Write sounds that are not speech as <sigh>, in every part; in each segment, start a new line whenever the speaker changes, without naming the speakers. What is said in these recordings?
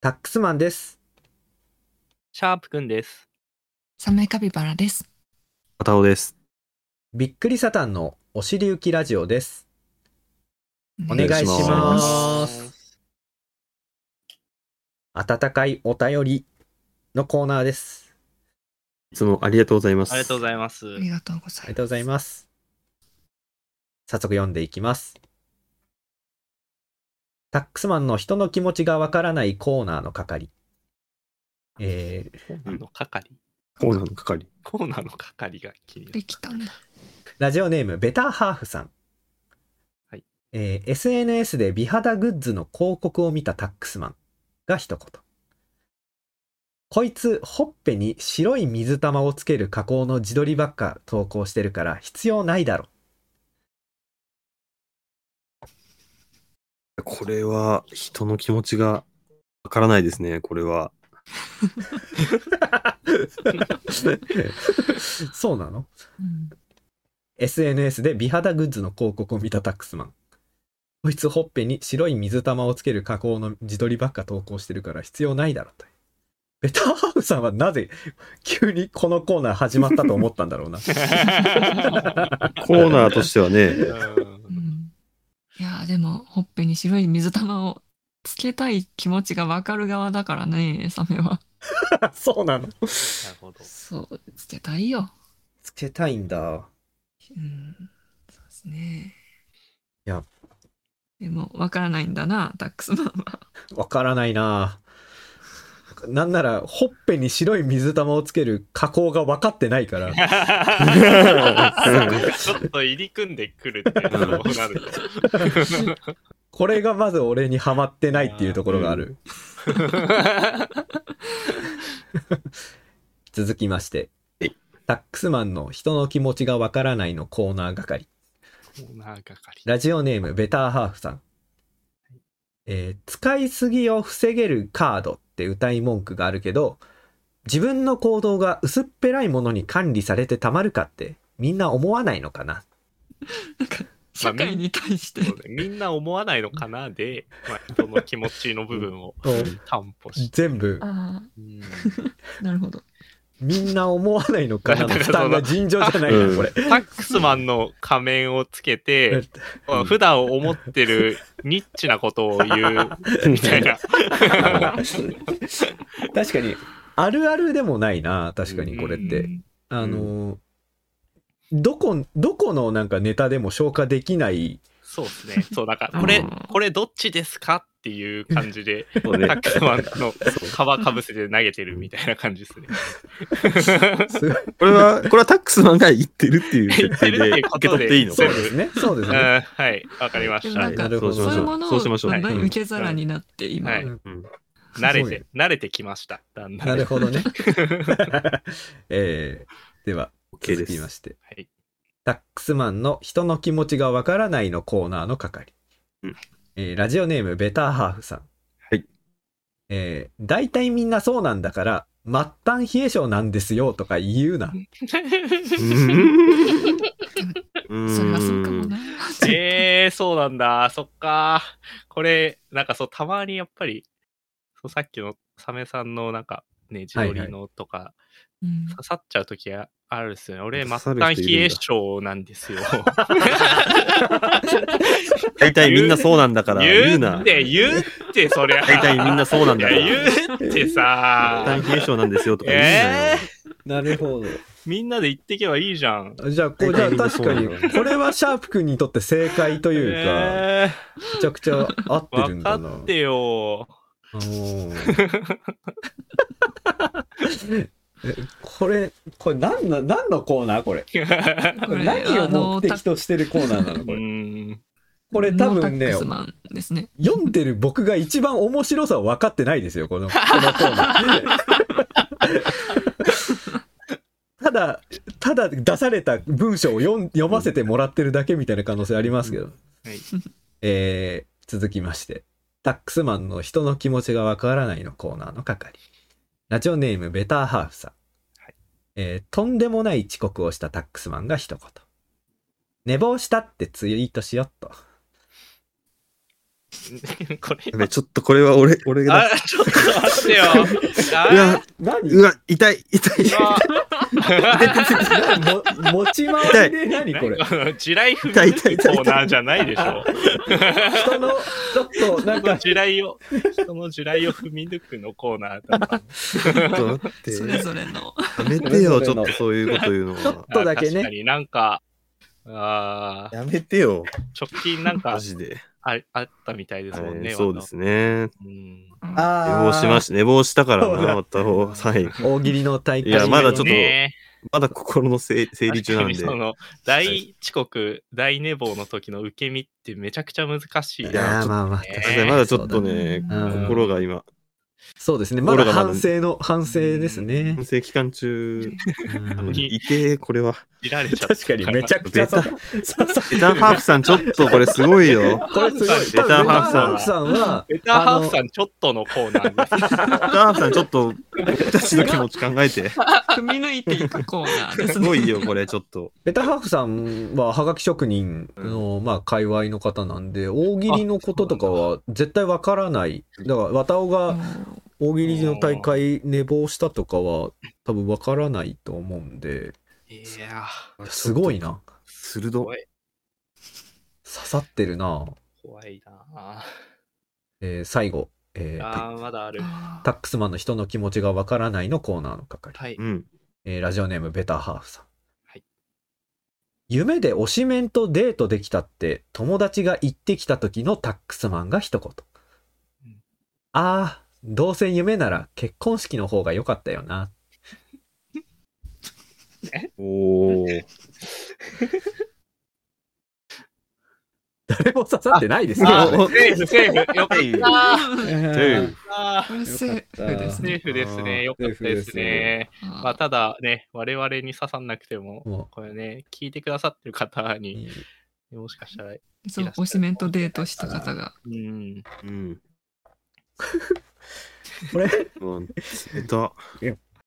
タックスマンです。
シャープくんです。
サメカピバラです。
またおです。
びっくりサタンのお尻浮きラジオです。
お
お願いし
お願い
ま
あ
す。温かいお便りのコーナーです。
いつもありがとうございます。
りがとうご
い
ざいます。
ありがとうござ
あり
い
が
ます。
とうございます。早速読んでいきます。タックスマンの人の気持ちがわからないコーナーの係。えー、
コーナーの係
コーナーの係。
コーナーの係が気にな
で
る。
きたんだ。
ラジオネーム、ベターハーフさん。
はい
えー SNS で美肌グッズの広告を見たタックスマンが一言。こいつ、ほっぺに白い水玉をつける加工の自撮りばっか投稿してるから必要ない
<laughs>
だろ。
これは人の気持ちがわからないですね、これは。
そうなの
うん、
SNS で美肌グッズの広告を見たタックスマン。こいつほっぺに白い水玉をつける加工の自撮りばっか投稿してるから必要ないだろうと。ベターハーフさんはなぜ急にこのコーナー始まったと思ったんだろうな。
コーナーとしてはね、
うんいやーでもほっぺに白い水玉をつけたい気持ちがわかる側だからねサメは。
そうなの。
なるほど。
そうつけたいよ。
つけたいんだ。
うん、そうですね。
いや
でもわからないんだなタックスマンは。
わからないななんなら、ほっぺに白い水玉をつける加工が分かってないから。
ちょっと入り組んでくるっていうのもなると。
これがまず俺にはまってないっていうところがある。
<laughs>
続きまして
はい、
タックスマンの人の気持ちがわからないのコーナー係。
コーナー係。
ラジオネームベターハーフさん。えー使いすぎを防げるカードって歌い文句があるけど、自分の行動が薄っぺらいものに管理されてたまるかって、みんな思わないのかな
社会に対して。
そうねみんな思わないのかなで、まあ、人の気持ちの部分を
と
担保し
全部、
あ
うん
あなるほど。
みんな思わないのかなの負担が尋常じゃないな、これ。
タックスマンの仮面をつけて、
<laughs> うん
普段思ってるニッチなことを言うみたい
<laughs>
な。
確かに、あるあるでもないな、確かにこれって。
うん
あの、どこ、どこのなんかネタでも消化できない、
そうですね。そう、だから、これ
うん、
これどっちですかっていう感じで、
そう
タ
ね
ックスマンの皮かぶせて投げてるみたいな感じですね。
<laughs>
すごい
これは、これはタックスマンが言ってるっていう設定
言ってるってい
で
うこ
受
と
け
で
取っていいの
そ
こ
う
れ
そうですね。そうで
<laughs> う
す
ん、
ね。
はい、わかりまし
でも
た。
なんか
なるほど
そういうもの
そ
を
うしましょう
なんか
はい
受け皿になって今、
はい
うん
慣れ
すごい
て、慣れてきました。だんだん。
なるほど
<laughs>
ね。 <laughs> えーでは、
OK
続
で
きまし
す。
て。
はい。
タックスマンの人の気持ちがわからないのコーナーの係。
うん
えーラジオネームベターハーフさん。
はい。
えー、大体みんなそうなんだから、末端冷え性なんですよとか言うな。
うん
それはそうかもな。
<laughs> えー、そうなんだ。そっか。これ、なんかそう、たまにやっぱり、そうさっきのサメさんのなんか、ね、自撮りのとか、
うん
刺さっちゃう時があるっすよね。俺、末
刺
端
さる人いるんだ
冷え性なんですよ。
大体みんなそうなんだから言う
言
な
っ。て、言って、そりゃ。
大体みんなそうなんだから。
いや言ってさ
大、体冷え性なんですよとか言うな
え
よ。
なるほど。
みんなで言ってけばいいじゃん。
じゃあ、これじゃあ確かに
大体みんなそうなんだ、
これはシャープ君にとって正解というか、
え
めちゃくちゃ合って
ー
るん
分か
だな。
ってよ。
おーえこれ、これ何の、何のコーナーこれ。これ何を目的としてるコーナーなの
う
これ。
ん。
これ多分ね
ノータックス、マンですね。
読んでる僕が一番面白さを分かってないですよ、
<laughs>
この、このコーナー。ただ、ただ出された文章を読ん読ませてもらってるだけみたいな可能性ありますけど。
はい
えー続きまして、タックスマンの人の気持ちがわからないのコーナーの係。ラジオネームベターハーフさん。
はい
えーとんでもない遅刻をしたタックスマンが一言。寝坊したってツイートしよっと。
これ
やべちょっとこれは俺、俺
あ
が。、
ちょっと待
<laughs>
ってよ。あ
いや、
何
うわ、痛い、痛い。
あ
も持ち回りで何これ
地雷踏み抜くコーナーじゃないでしょ。
人のちょっとなん
人の
か
地雷を、人の地雷を踏み抜くのコーナーだった。
ちょっと待って。
それぞれの。
やめてよ、ちょっとそういうこと言うの
ちょっ
は。
とだけ
確か
ね
になんか、あー
やめてよ、
直近なんか
マジで。
ああったみたいですもん
はい
ね。
そう
ま
で
た。
すね。
うん
寝
あ
坊しま
し
した。寝坊したから
そうだ
な、また、はい。
た大喜利の大会
いやまだちょっと
ね
まだ心の整整理中なん
確
で
かに。その大遅刻、大寝坊の時の受け身ってめちゃくちゃ難しい
い
な。
やーまあまあ
ね
確か
確
に
かにまだちょっとね、
うん
心が今、
そうですねま
心
だ
が
反省の反省ですね
反省期間 <laughs> 中な
う
の
ん
で、いてえ、これは。
いられちゃった
確かにめちゃくちゃそうそうそう
エタンハーフさん、ちょっとこれすご
<laughs>
いよ。
これすごい
ベターハーフさん
ベターさんは
ベターハーフさんちょっとのコーナーです。
エタンハーフさん、ちょっと、僕たちの気持ち考えて。
踏み抜いていくコーナーですすね。
ごいよ、これ、ちょっと。
ベタハーフさんははがき職人の、まあ界隈の方なんで大喜利のこととかは絶対わからないだから綿尾
う
が
ん
大喜利の大会寝坊したとかは多分わからないと思うんで
いや
すごい。な
鋭い。
刺さってるな、
ー、怖いな
えー最後、え
ー。
ー
あーまだある。
タックスマンの人の気持ちがわからないのコーナーの係
はい。
うん。
えーラジオネームベターハーフさん、
はい
夢で推しメンとデートできたって友達が言ってきた時のタックスマンが一言、
うん
ああどうせ夢なら結婚式の方が良かったよな
おお。
誰も刺さってないですよ
あ
これ
ー、セーフ、セーフ。よかった
うん
あ
こ
ー。
れセーフです
セー
ね。
フですね。よかったですね。まあ、ただね、我々に刺さんなくても、
も
これね、聞いてくださってる方
う
に、
いい
もしかしたら、う
そう、推しメンとデートした方が。
ん、
うん。
これ
うん。エタ、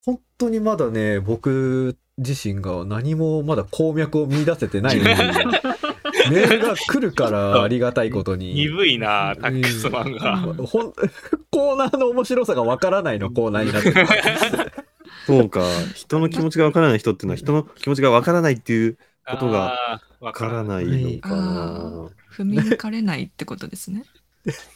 本当にまだね僕自身が何もまだ鉱脈を見出せてないのにメールが来るからありがたいことに
鈍いな、タックスマンが。
うん
ほん <laughs> コーナーの面白さがわからないのコーナーになってる
そうか。人の気持ちがわからない人っていうのは、人の気持ちがわからないっていう、ことが
あー、わ
わから
い。
ないのか
は
な。
踏み抜かれないってことですね。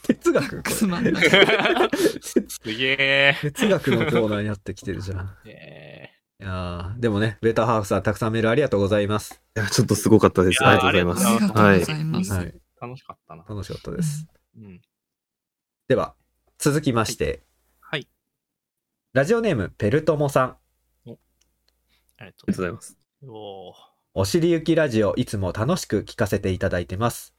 哲
タ
学
ッ
こ
ク
れ
スマンだ。
すげ
哲学のコーナーになってきてるじゃん。
え。ね
いやーでもね、ベターハーフさん、たくさんメールありがとうございます。
いや、ちょっとすごかったです。
いや
ありがとうござ
あ
い
りが
ま
と
す。は
うご
い
ざ。います。
はい、
え楽しかったな。
楽しかったです。
うん。
では、続きまして、
はい。
ラジオネーム、ペルトモさん。
ありがと
ありがと
う
うございます。
ございます。おー
おしりゆきラジオ、いつも楽しく聞かせていただいてます。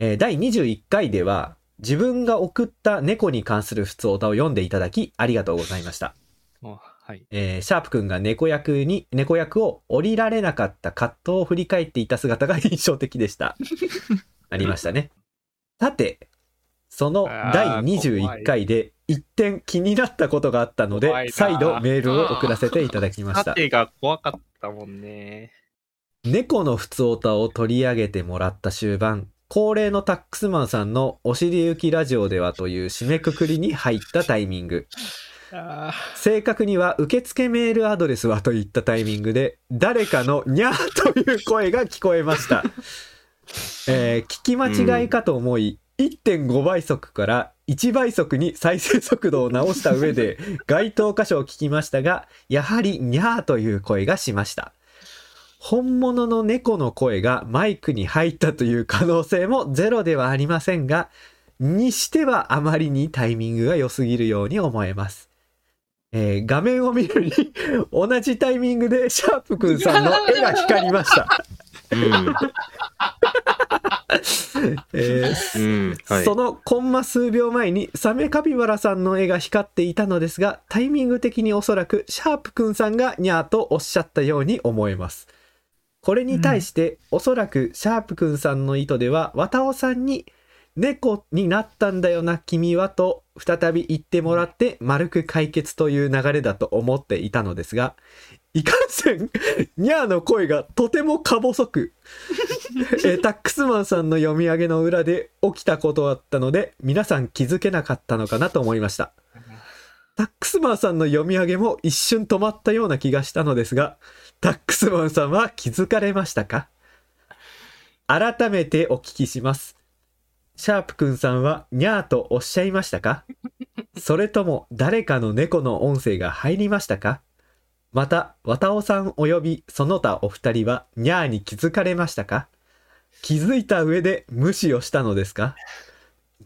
えー第21回では、自分が送った猫に関する普通歌を読んでいただき、ありがとうございました。
おはい。
えーシャープくんが猫役に、猫役を降りられなかった葛藤を振り返っていた姿が印象的で
<laughs>
した。ありましたね。さて、その第
あー怖い
21回で一点気になったことがあったの
怖い
で、
な
再度メールを送らせていただきました。
縦が怖かったもんね。
猫の普通歌を取り上げてもらった終盤、恒例のタックスマンさんのお尻行きラジオではという締めくくりに入ったタイミング。
あー
正確には受付メールアドレスはといったタイミングで誰かのニャーという声が聞こえました、 <laughs> えー聞き間違いかと思い、1.5倍速から1倍速に再生速度を直した上で該当箇所を聞きましたがやはりニャーという声がしました本物の猫の声がマイクに入ったという可能性もゼロではありませんがにしてはあまりにタイミングが良すぎるように思えますえー画面を見るに同じタイミングでシャープくんさんの絵が光りました、えー
うん。うん。はい
そ。のコンマ数秒前にサメカピバラさんの絵が光っていたのですがタイミング的におそらくシャープくんさんがニャーとおっしゃったように思えますこれに対して、おそらくシャープくんさんの意図ではわたおさんに「猫になったんだよな君は」と再び言ってもらって丸く解決という流れだと思っていた <laughs> のですがいかんせんニャーの声がとてもか細く <laughs> えータックスマンさんの読み上げの裏で起きたことあったので皆さん気づけなかったのかなと思いましたタックスマンさんの読み上げも一瞬止まったような気がしたのですがタックスマンさんは気づかれましたか改めてお聞きしますシャープくんさんはニャーとおっしゃいましたかそれとも誰かの猫の音声が入りましたかまた、わたおさんおよびその他お二人は、にゃーに気づかれましたか気づいた上で無視をしたのですか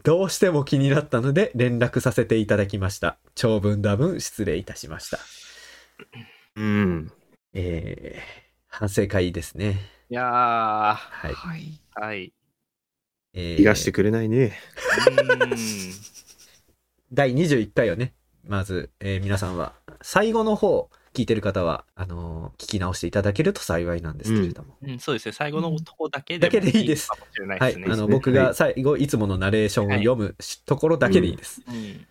どうしても気になったので連絡させていただきました。長文多文失礼いたしました。
うん。
えー、反省会ですね。
いやー、
はい。
はい。
はい。
えー
逃がしてくれないね。
うーん。
第21回をね、まず、えー皆さんは、最後の方、聞いてる方は、あのー聞き直していただけると幸いなんですけれども。
うん、そうですね。最後の男だけ
だけ
でも
でいいです
かもしれない
は
で
い、
すね。
あの
ね
僕が最後いつものナレーションを読むしところだけでいいです。
うん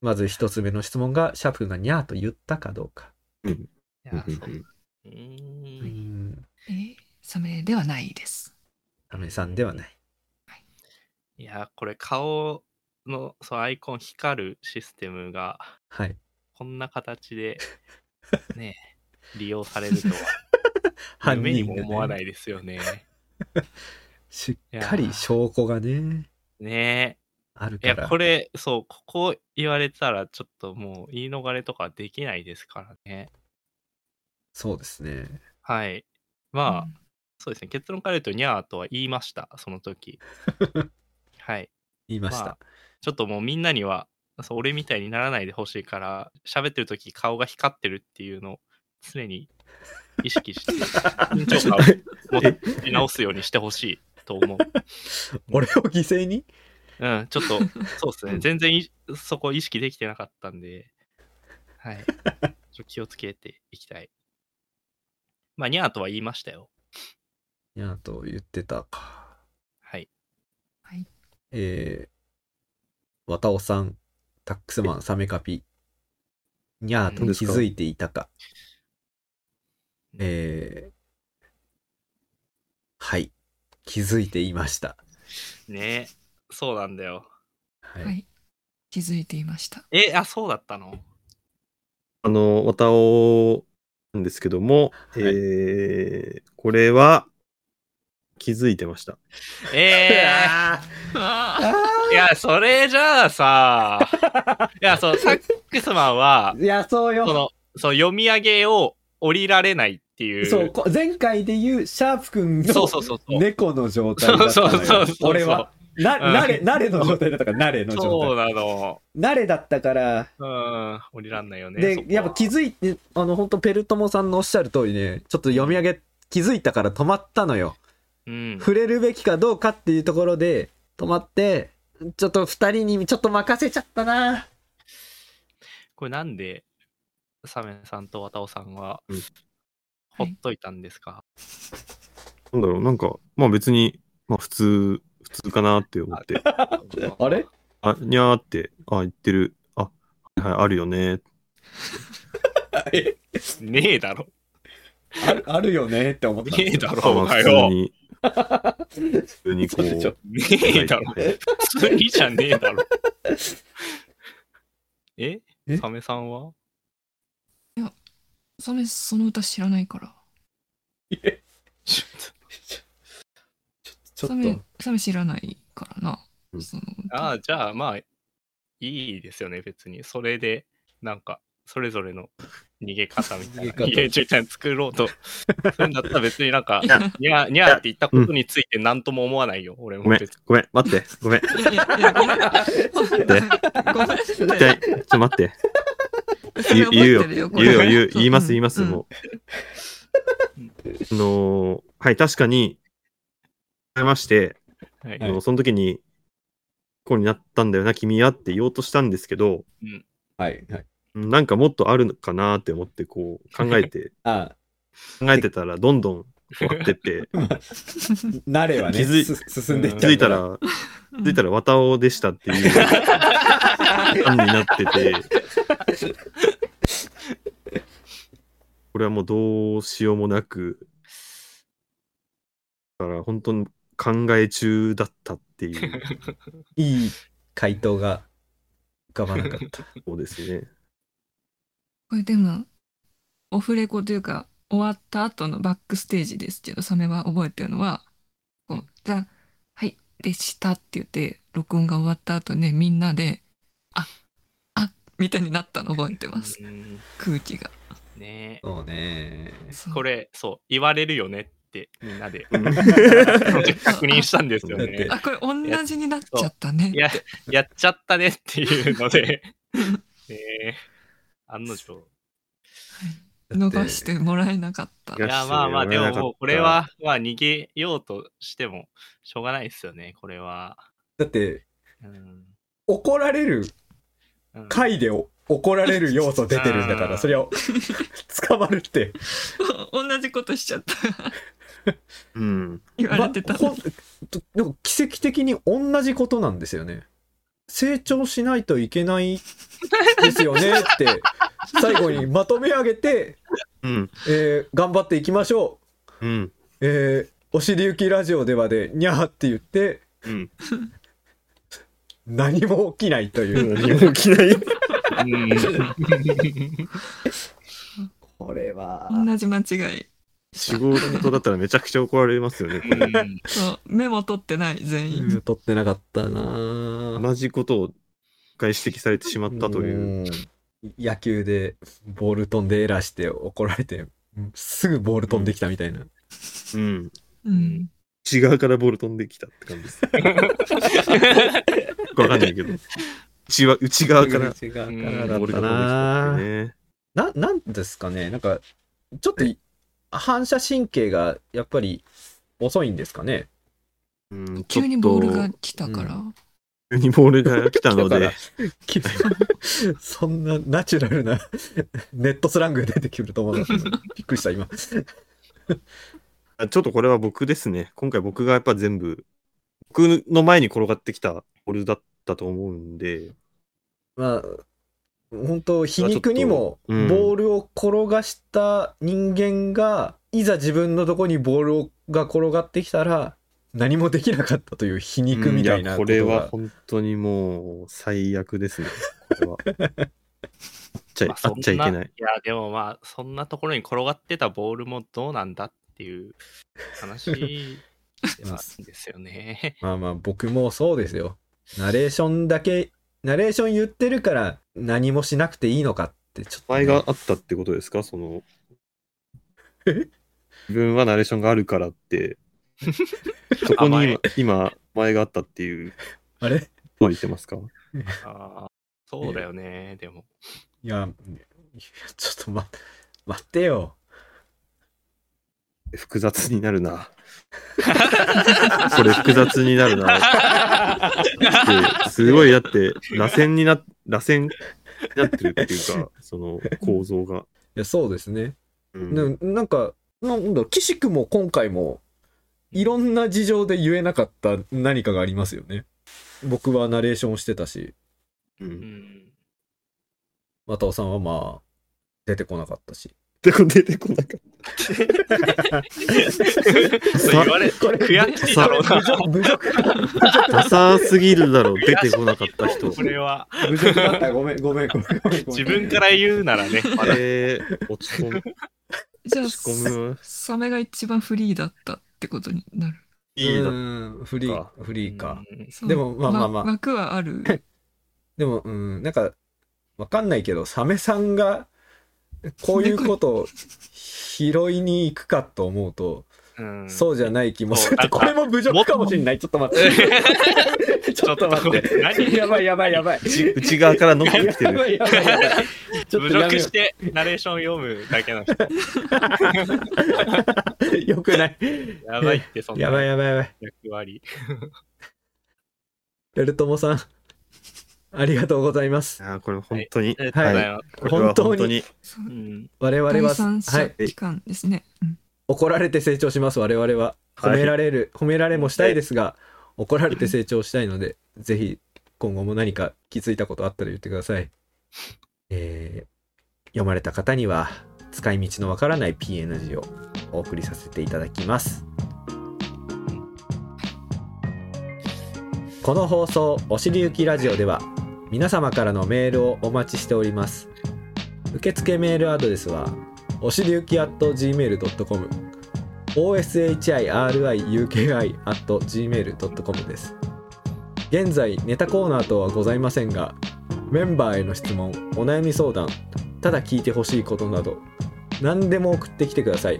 まず一つ目の質問がシャープ君がニャーと言ったかどうか。
いや
うん
ー
うん
う
そうう
うん
ーん。
ん、
えー、サメではないです。
アメさんではない。
いやー、これ顔のそうアイコン光るシステムが
はい。
こんな形でね、利用されると
<laughs>
は
犯
夢に
人
も
が
思わな
ね、
いですよね。
しっかり証拠がね、
ね
ある
え。い
か
や、
ら
こ。れ、そう、ここ言われたらちょっともう言い逃れとかできないですからね。
そうですね。
はい。まあ、そうですね。結論から言うと、にゃーとは言いました、その時。はい。
言いました。
まあちょっともうみんなには、そう俺みたいにならないでほしいから、喋ってる時顔が光ってるっていうのを常に意識して、緊張感を持ち直すようにしてほしいと思う。
俺を犠牲に
うん、ちょっと、そうですね。全然いそこ意識できてなかったんで、はい。ちょっと気をつけていきたい。まあ、にゃーとは言いましたよ。
ニャーと言ってたか。
はい。
えー、わたおさん、タックスマン、サメカピ、ニャーと気づいていたか。えーはい。気づいていました。
ねそうなんだよ。
はい。
はい。気づいていました。
え、あ、そうだったの
あの、わたおなんですけども、
い
えー、これは気づいてました。
えー、いや、それじゃあさ、いや、そう、サックスマンは、
いや、そう
そ
よ。
の、そう、読み上げを降りられないっていう。
そう、こ前回で言う、シャープくん
そう
の
そうそうそう。
猫の状態だったのよ。
そうそうそうそう
俺は。な、
うん
慣れ、慣れの状態だったから、慣れの
そう
状
なの。
態。慣れだったから、
うん、降りらんないよね。そ
で
こ、は
やっぱ気づいて、あの、本当ペルトモさんのおっしゃる通りね、ちょっと読み上げ気づいたから止まったのよ。
うん。
触れるべきかどうかっていうところで、止まって、ちょっと二人にちょっと任せちゃったな。
これなんで、サメさんとワタオさんは
うん、
ほっといたんですか、
なんだろう、なんか、まあ別に、まあ普通、普通かなって思って、
あれ
あ、にゃーって、あ、言ってる、あ、はいはい、あるよね。
ねえだろ。
あるあるよねって思ったんですよ
ねえだろ、
あま
お
あ
は
普
よ
通
う。
に、普通にこ
そうでしょ
う、
ねえだろ。
<laughs>
普通にじゃねえだろ。え
え
サメさんは
サメ、その歌知らないから。
ちょっと
ちょっ
サ
と
メ、サメ知らないからな。
うん
その <laughs>
ああ、じゃあまあ、いいですよね、別に。それで、なんか、それぞれの逃げ方みたいな、
逃げ方
逃げみたいなの作ろうとするんだったら別になんか
いや、
にゃーにゃーって言ったことについて何とも思わないよ、俺も
ごめん
別に。、
ごめん、待って、ごめん、一
いやいやいやごめんごめん
回、ちょっと待って、
それ
言う
<laughs> 覚えてるよこ
言う
れ
よ、言う、言います、言いま
う
す、
ん
もう。あのー、はい、確かに、ありまして、
はい
あのその時に、こうになったんだよな、君はって言おうとしたんですけど、
はいはい
うんなんかもっとあるのかなって思って、こう、考え
<laughs>
て、
あ
考えてたら、どんどん終わってって、
慣れはね
気づい
す進んでいっち
気
ゃ
づ
う
いた
から
ら、気づいたら、わたおでしたっていう、感になって <laughs> て、これはもうどうしようもなく、だから本当に考え中だったっていう
いい回答が浮かばなかった。
そうですね。。
これでも、オフレコというか、終わった後のバックステージですけど、サメは覚えてるのは、こう、じゃあ、はい、でしたって言って、録音が終わった後ね、みんなで、あ、あ、みたいになったの覚えてます。
うん
空気が。
ねえ
そうね。
そう
これ、そう、言われるよねって、みんなで <laughs>
うん
確認したんですよ
だって
ね。
あ、これ同じになっちゃったね
い。や、やっちゃったねっていうので、ねえ案の定。
だっ
<laughs> 逃してもらえなかった。
い
い
や
や、まあまあ、
知
で
らなか
もも
った
う、これは、まあ、逃げようとしても、しょうがないですよね、これは。
だって、
うん。
怒られる、
うん
回でお怒られる要素出てるんだか
あ
ら、
ー
そりゃ、捕まるっ
<laughs>
て。
同じことしちゃった。 <laughs>
うん。
言われてた
ま。ほんでも奇跡的に同じことなんですよね。成長しないといけないですよねって、
<laughs>
最後にまとめ上げて、
うん。
えー頑張っていきましょう。
うん。
えー、おしりゆきラジオではで、にゃーって言って、
うん。
何も起きないという。
何も起きない。
<laughs> これは
同じ間違い。
仕事だったらめちゃくちゃ怒られますよね。こ
う
れ
んうん
そう、メモ取ってない、全員。
取ってなかったなぁ
同じことを一回指摘されてしまったという。
うん野球でボール飛んでエラーして怒られて、すぐボール飛んできたみたいな。
うん。
うん。
内側からボール飛んできたって感じです。わかんないけど。内は内側から
内側
から
だ
ボー
っ
ルが飛んでき
た
た
な
っ
ぁ
ていうね。
ななんですかねなんかちょっとい反射神経がやっぱり遅いんですか
<laughs>
ね
うんちょ
急
っと
にボールが来たから。
急にボールが来たので、
来たからそんなナチュラルな <laughs> ネットスラング出てくると思うんですけどびっくりした今
あちょっとこれは僕ですね。今回僕がやっぱ全部、僕の前に転がってきたボールだったと思うんで、
まあ本当皮肉にも
ち
ボ
ょっとうん
ールを転がした人間がいざ自分のとこにボールが転がってきたら何もできなかったという皮肉みたい
うん
な
やこ
こ
れ
と
は
が
本当にもう最悪ですね。これは。あっちゃい
まあ
あっちゃいけ
そん
ない
い。や、でもまあ、そんなところに転がってたボールもどうなんだっていう話ではあるんですよね。
まあまあ僕もそうですよ。ナレーションだけ、ナレーション言ってるから何もしなくていいのかってちょっとね、
前があったってことですかその。
え
自分はナレーションがあるからって、 <laughs> そこに今、前があったっていう、
あれ
とは言ってますか
あーそうだよね、で
<laughs>
も。
いや、いやちょっとま、待ってよ。
複雑になるな。それ複雑になるな。ってすごい、だって、螺旋にな、螺旋になってるっていうか、その構造
い
が。
や、そうですね。
うん
ななんか、なんだ、岸くも今回も、いろんな事情で言えなかった何かがありますよね。僕はナレーションをしてたし、
う
うんん。
またおさんはまあ、出てこなかった
<laughs>
し。
でこ出てこなかった。
そう言われ、
これ
悔しいだろうな。
侮辱、
ダサすぎるだろう、出てこなかった人。
これは、
侮辱だった。ごめん、ごめん、ごめん。ごめん
自分から言うならね、 <laughs> まだ
えー、落ち込む。
じゃあ
落、ち込む。
サメが一番フリーだったってことになる。
いいだ
う。んフリー
か、
フリーか。。
うん
そう
でもまあまあまあ
枠はある。
でも、うん、なんか、わかんないけど、サメさんが、こういうことを拾いに行くかと思うと、
うん
そう
<laughs>
じゃない気もす
そう
る
なん。か
これも侮辱かもしんない。ちょっと待って。 <laughs> ちょっと待っ
ちょっと待って
て。
何
やばいやばいやばい。
内内側から乗ってきて
や
る。
ばいやばいやばい。ちょ
侮
っとや
辱
めよ
してナレーション読むだけの人。
う。よくない。
<laughs> やばいって、そんな
やばい
役
やばいやばい。
割。
ベルトモさん、ありがとうございます。
あーこれ本当に
あ。りがとうございます
これは本当に。
そう
うん
我々
第
は、は
三者
い。
期間ですね。うん
怒られて成長します我々は褒
はい
められる、褒められもしたいですが怒られて成長したいのでぜひ今後も何か気づいたことあったら言ってください、えー読まれた方には使い道のわからない PNG をお送りさせていただきますこの放送「おしりゆきラジオ」では皆様からのメールをお待ちしております受付メールアドレスはおしりゆき at gmail.com oshiriuki at gmail.com です現在ネタコーナーとはございませんがメンバーへの質問お悩み相談ただ聞いてほしいことなど何でも送ってきてください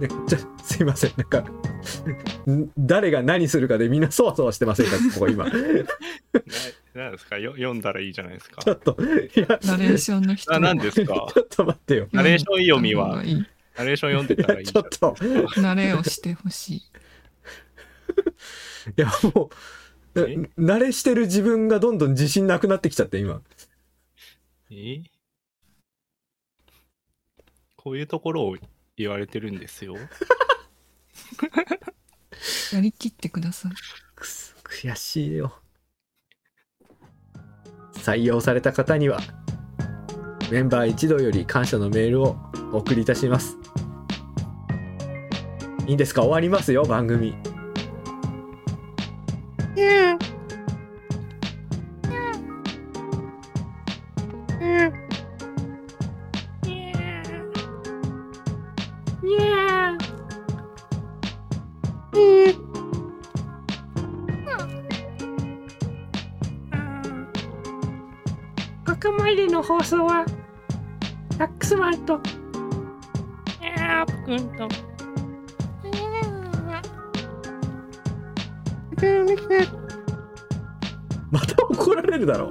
ねちょすいませんなんか <laughs> ん誰が何するかでみんなそわそわしてませんかここ今ち
何ですかよ読んだらいいじゃないですか。
ょっといや
ナレーションの人
<laughs>
あ何ですか
ちょっと待ってよ
ナレーション読みは、
いい
ナレーション読んでたらいいじ
ちょ
ゃ
っ
ん。
と
ナレをしてほしい
いやもうな慣れしてる自分がどんどん自信なくなってきちゃって今
えこういうところを言われてるんですよ。
やりきってください
くす悔しいよ採用された方にはメンバー一同より感謝のメールをお送りいたしますいいんですか終わりますよ番組
ここまでの放送はタックスマンとヤープくんと
また怒られるだろ